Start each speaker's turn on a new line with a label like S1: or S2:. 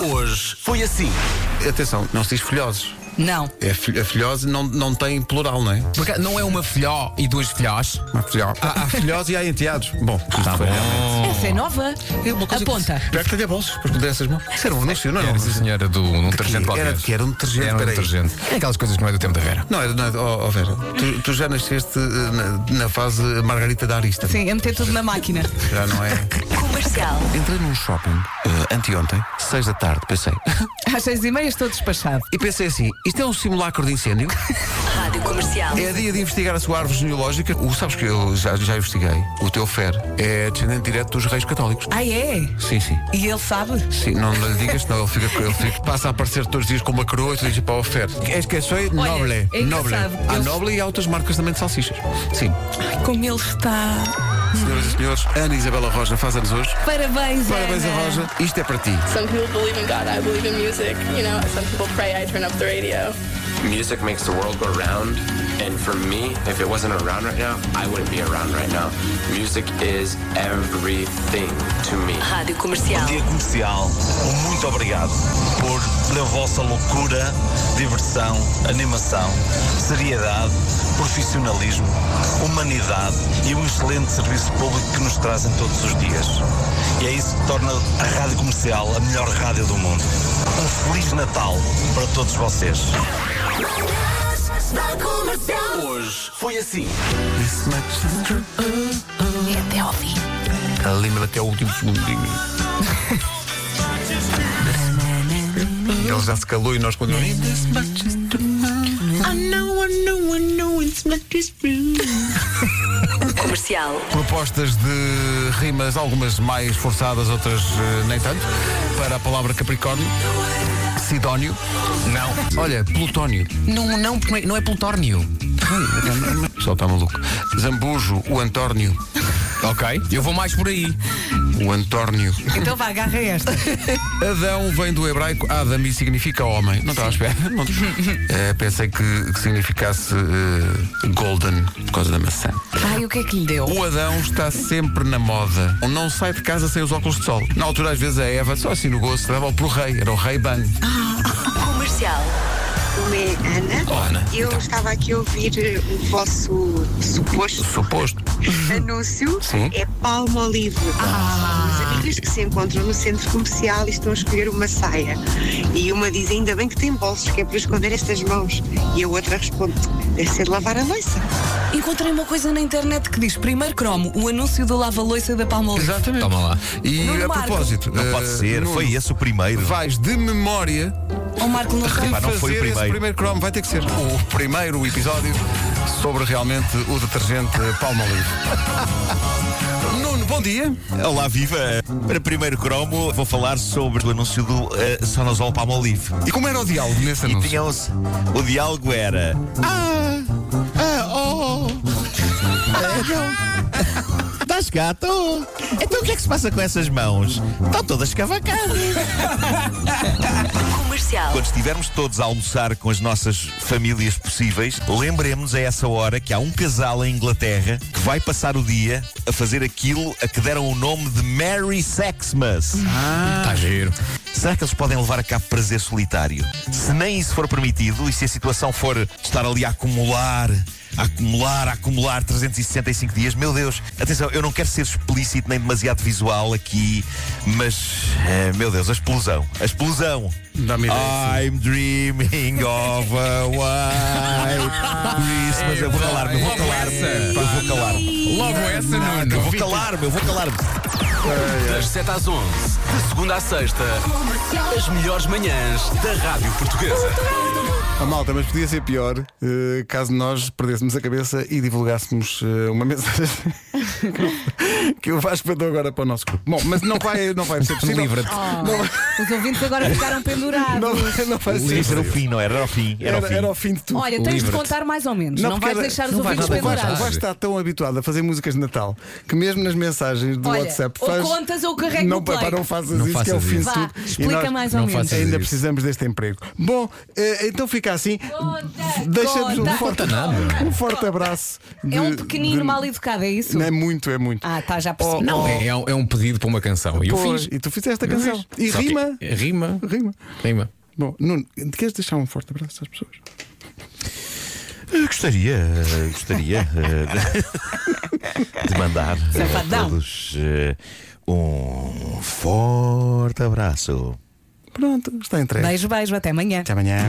S1: hoje foi assim.
S2: Atenção, não se diz filhosos.
S3: Não.
S2: É fil- a filhose não, não tem plural, não é?
S4: Porque não é uma filhó e duas filhós.
S2: Há, filho- há, há filhose e há enteados. Bom, está Ah, bom.
S3: Essa é nova. Aponta.
S2: Pior que tenha bolsos, para esconder essas mãos. Isso era um anúncio, não era? um
S4: Era sim,
S2: anúncio.
S4: senhora, do, um detergente qualquer.
S2: Era de quê? Era um detergente,
S4: Era um
S2: peraí.
S4: detergente. É aquelas coisas que não é do tempo da Vera.
S2: Não, era, não, era- oh, oh, Vera, tu, tu já nasceste eh, na, na fase Margarita da Arista.
S3: Sim, é meter tudo na máquina.
S2: Já não é?
S5: Comercial.
S2: Entrei num shopping eh, anteontem, seis da tarde, pensei.
S3: Às seis e meia estou despachado.
S2: E pensei assim: isto é um simulacro de incêndio?
S5: Rádio Comercial.
S2: É dia de investigar a sua árvore genealógica. O, sabes que eu já, já investiguei. O teu Fer é descendente direto dos reis católicos.
S3: Ah, é?
S2: Sim, sim.
S3: E ele sabe?
S2: Sim, não lhe digas, senão ele fica, ele fica- passa a aparecer todos os dias com uma coroa e tu dizes para o Fer. És que sou noble.
S3: é
S2: noble.
S3: engraçado.
S2: Há
S3: Eles-
S2: noble e há outras marcas também de salsichas. Sim.
S3: Como ele está.
S2: Senhoras e senhores, Ana Isabela Roja faz anos hoje.
S3: Parabéns,
S2: Parabéns a
S3: Ana.
S2: Roja. Isto é para ti.
S6: Some people believe in God. I believe in music. You know, some people pray. I turn up the radio.
S7: Music makes the world go round. And for me, if it wasn't around right now, I wouldn't be around right now. Music is everything to me.
S5: Rádio Comercial.
S1: Dia comercial, muito obrigado por pela vossa loucura, diversão, animação, seriedade, profissionalismo, humanidade e um excelente serviço público que nos trazem todos os dias. E é isso que torna a Rádio Comercial a melhor rádio do mundo. Um Feliz Natal para todos vocês.
S2: Lembra até o último segundinho. Ele já se calou e nós continuamos.
S5: Comercial.
S2: Propostas de rimas, algumas mais forçadas, outras eh, nem tanto, para a palavra Capricórnio. Sidónio. Não. Olha, Plutónio.
S4: Não, não, porque não é- não é plutónio.
S2: O pessoal está maluco. Zambujo, o António.
S4: Ok. Eu vou mais por aí.
S2: O António.
S3: Então vá, agarra esta.
S2: Adão vem do hebraico Adam e significa homem. Não estava à espera. Não- Eh, pensei que, que significasse eh, golden por causa da maçã.
S3: Ai, o que é que lhe deu?
S2: O Adão está sempre na moda. Não sai de casa sem os óculos de sol. Na altura, às vezes, a Eva, só assim no gosto, dava pelo rei. Era o rei Ban.
S8: Ah.
S5: Comercial.
S9: Meu nome é Ana. Eu estava aqui a ouvir eh, o vosso suposto
S2: Suposto.
S9: anúncio.
S2: Sim.
S9: É Palma Olive. As amigas que se encontram no centro comercial e estão a escolher uma saia. E uma diz ainda bem que tem bolsos, que é para esconder estas mãos. E a outra responde: deve ser de lavar a louça.
S3: Encontrei uma coisa na internet que diz primeiro cromo, o anúncio do lava-loiça da Palmolive.
S2: Exatamente.
S4: Toma lá.
S2: E
S3: Nuno
S2: a
S3: Marco.
S2: propósito.
S8: Não
S2: eh,
S8: pode ser,
S2: Nuno,
S8: foi esse o primeiro.
S2: Vais de memória
S3: O Marco não tem.
S8: Epá, não foi
S2: fazer
S8: o
S2: esse
S8: primeiro.
S2: primeiro cromo. Vai ter que ser o primeiro episódio sobre realmente o detergente Palmolive. Nuno, bom dia.
S8: Olá, viva! Para primeiro cromo, vou falar sobre o anúncio do eh, Sonazol Palmolive.
S2: E como era o diálogo nesse
S8: E
S2: anúncio?
S8: tinham-se. O diálogo era. Ah! Ah! Oh! Ah, não. Estás gato? Então o que é que se passa com essas mãos? Estão todas cavacadas.
S5: Comercial.
S8: Quando estivermos todos a almoçar com as nossas famílias possíveis, lembremos a essa hora que há um casal em Inglaterra que vai passar o dia a fazer aquilo a que deram o nome de Merry Sexmas.
S2: Ah,
S8: Tá
S4: Está giro.
S8: Será que eles podem levar a cabo prazer solitário? Se nem isso for permitido e se a situação for estar ali a acumular, a acumular, a acumular 365 dias, meu Deus, atenção, eu não quero ser explícito nem demasiado visual aqui, mas, eh, meu Deus, a explosão, a explosão.
S2: Dá-me ideia,
S8: I'm dreaming of a white Christmas. Eu vou calar-me, eu vou
S4: Logo
S8: calar-me.
S4: essa.
S8: Eu vou calar-me.
S4: Logo essa, Nuno.
S8: Eu vou calar-me, eu vou calar-me.
S1: Das 7 às 11, de segunda à sexta, as melhores manhãs da Rádio Portuguesa.
S2: A Ah, malta, mas podia ser pior eh, caso nós perdêssemos a cabeça e divulgássemos eh, uma mensagem que o Vasco mandou agora para o nosso grupo. Bom, mas não vai, não vai ser
S8: Um
S2: possível.
S4: Livra-te.
S3: Oh, os ouvintes agora ficaram pendurados.
S2: Não, vai- não vai ser
S8: Isso era o
S2: possível.
S8: fim, não era? Era o fim, Um era o
S2: Era, era
S8: fim.
S2: o fim de tudo.
S3: Olha, tens de
S4: Livra-te.
S3: contar mais ou menos. Não,
S2: porque
S3: vais
S2: era-
S3: deixar os
S4: não vais-
S3: ouvintes
S2: O
S4: não
S2: Vasco,
S4: vais-
S2: o Vasco
S3: pendurados.
S2: está tão habituado a fazer músicas de Natal que mesmo nas mensagens do
S3: Olha,
S2: WhatsApp
S3: ou
S2: faz.
S3: contas ou carrega
S2: não,
S3: no play.
S2: pá, não faças
S4: Não
S2: isso, que é o
S4: faças
S2: fim de
S4: isso.
S3: Vá,
S2: tudo. E
S3: explica
S2: nós-
S3: mais ou
S4: não
S3: menos.
S4: faças
S2: Ainda
S4: isso.
S2: precisamos deste emprego. Bom, eh, então fica assim.
S3: Conta,
S2: Deixa-nos um
S3: conta.
S2: forte,
S4: nada.
S2: um forte abraço.
S3: É um
S2: de-
S3: pequenino
S2: de-
S3: mal educado, é isso?
S2: Não,
S4: é muito, é muito.
S3: Ah, tá, já percebi.
S2: Não, é, é um- é um pedido para uma canção. E eu
S4: Pois,
S2: fiz.
S4: E tu fizeste a
S2: Eu
S4: canção.
S2: fiz.
S4: E
S2: Só que-
S4: rima.
S2: Rima.
S4: Rima.
S2: Rima.
S4: Bom, Nuno, queres deixar um forte abraço às pessoas?
S8: Eh, Gostaria, eh, gostaria eh, de mandar a
S3: Safadão.
S8: todos eh, um forte abraço.
S4: Pronto, está entregue.
S3: Beijo, beijo, até amanhã.
S4: Até amanhã.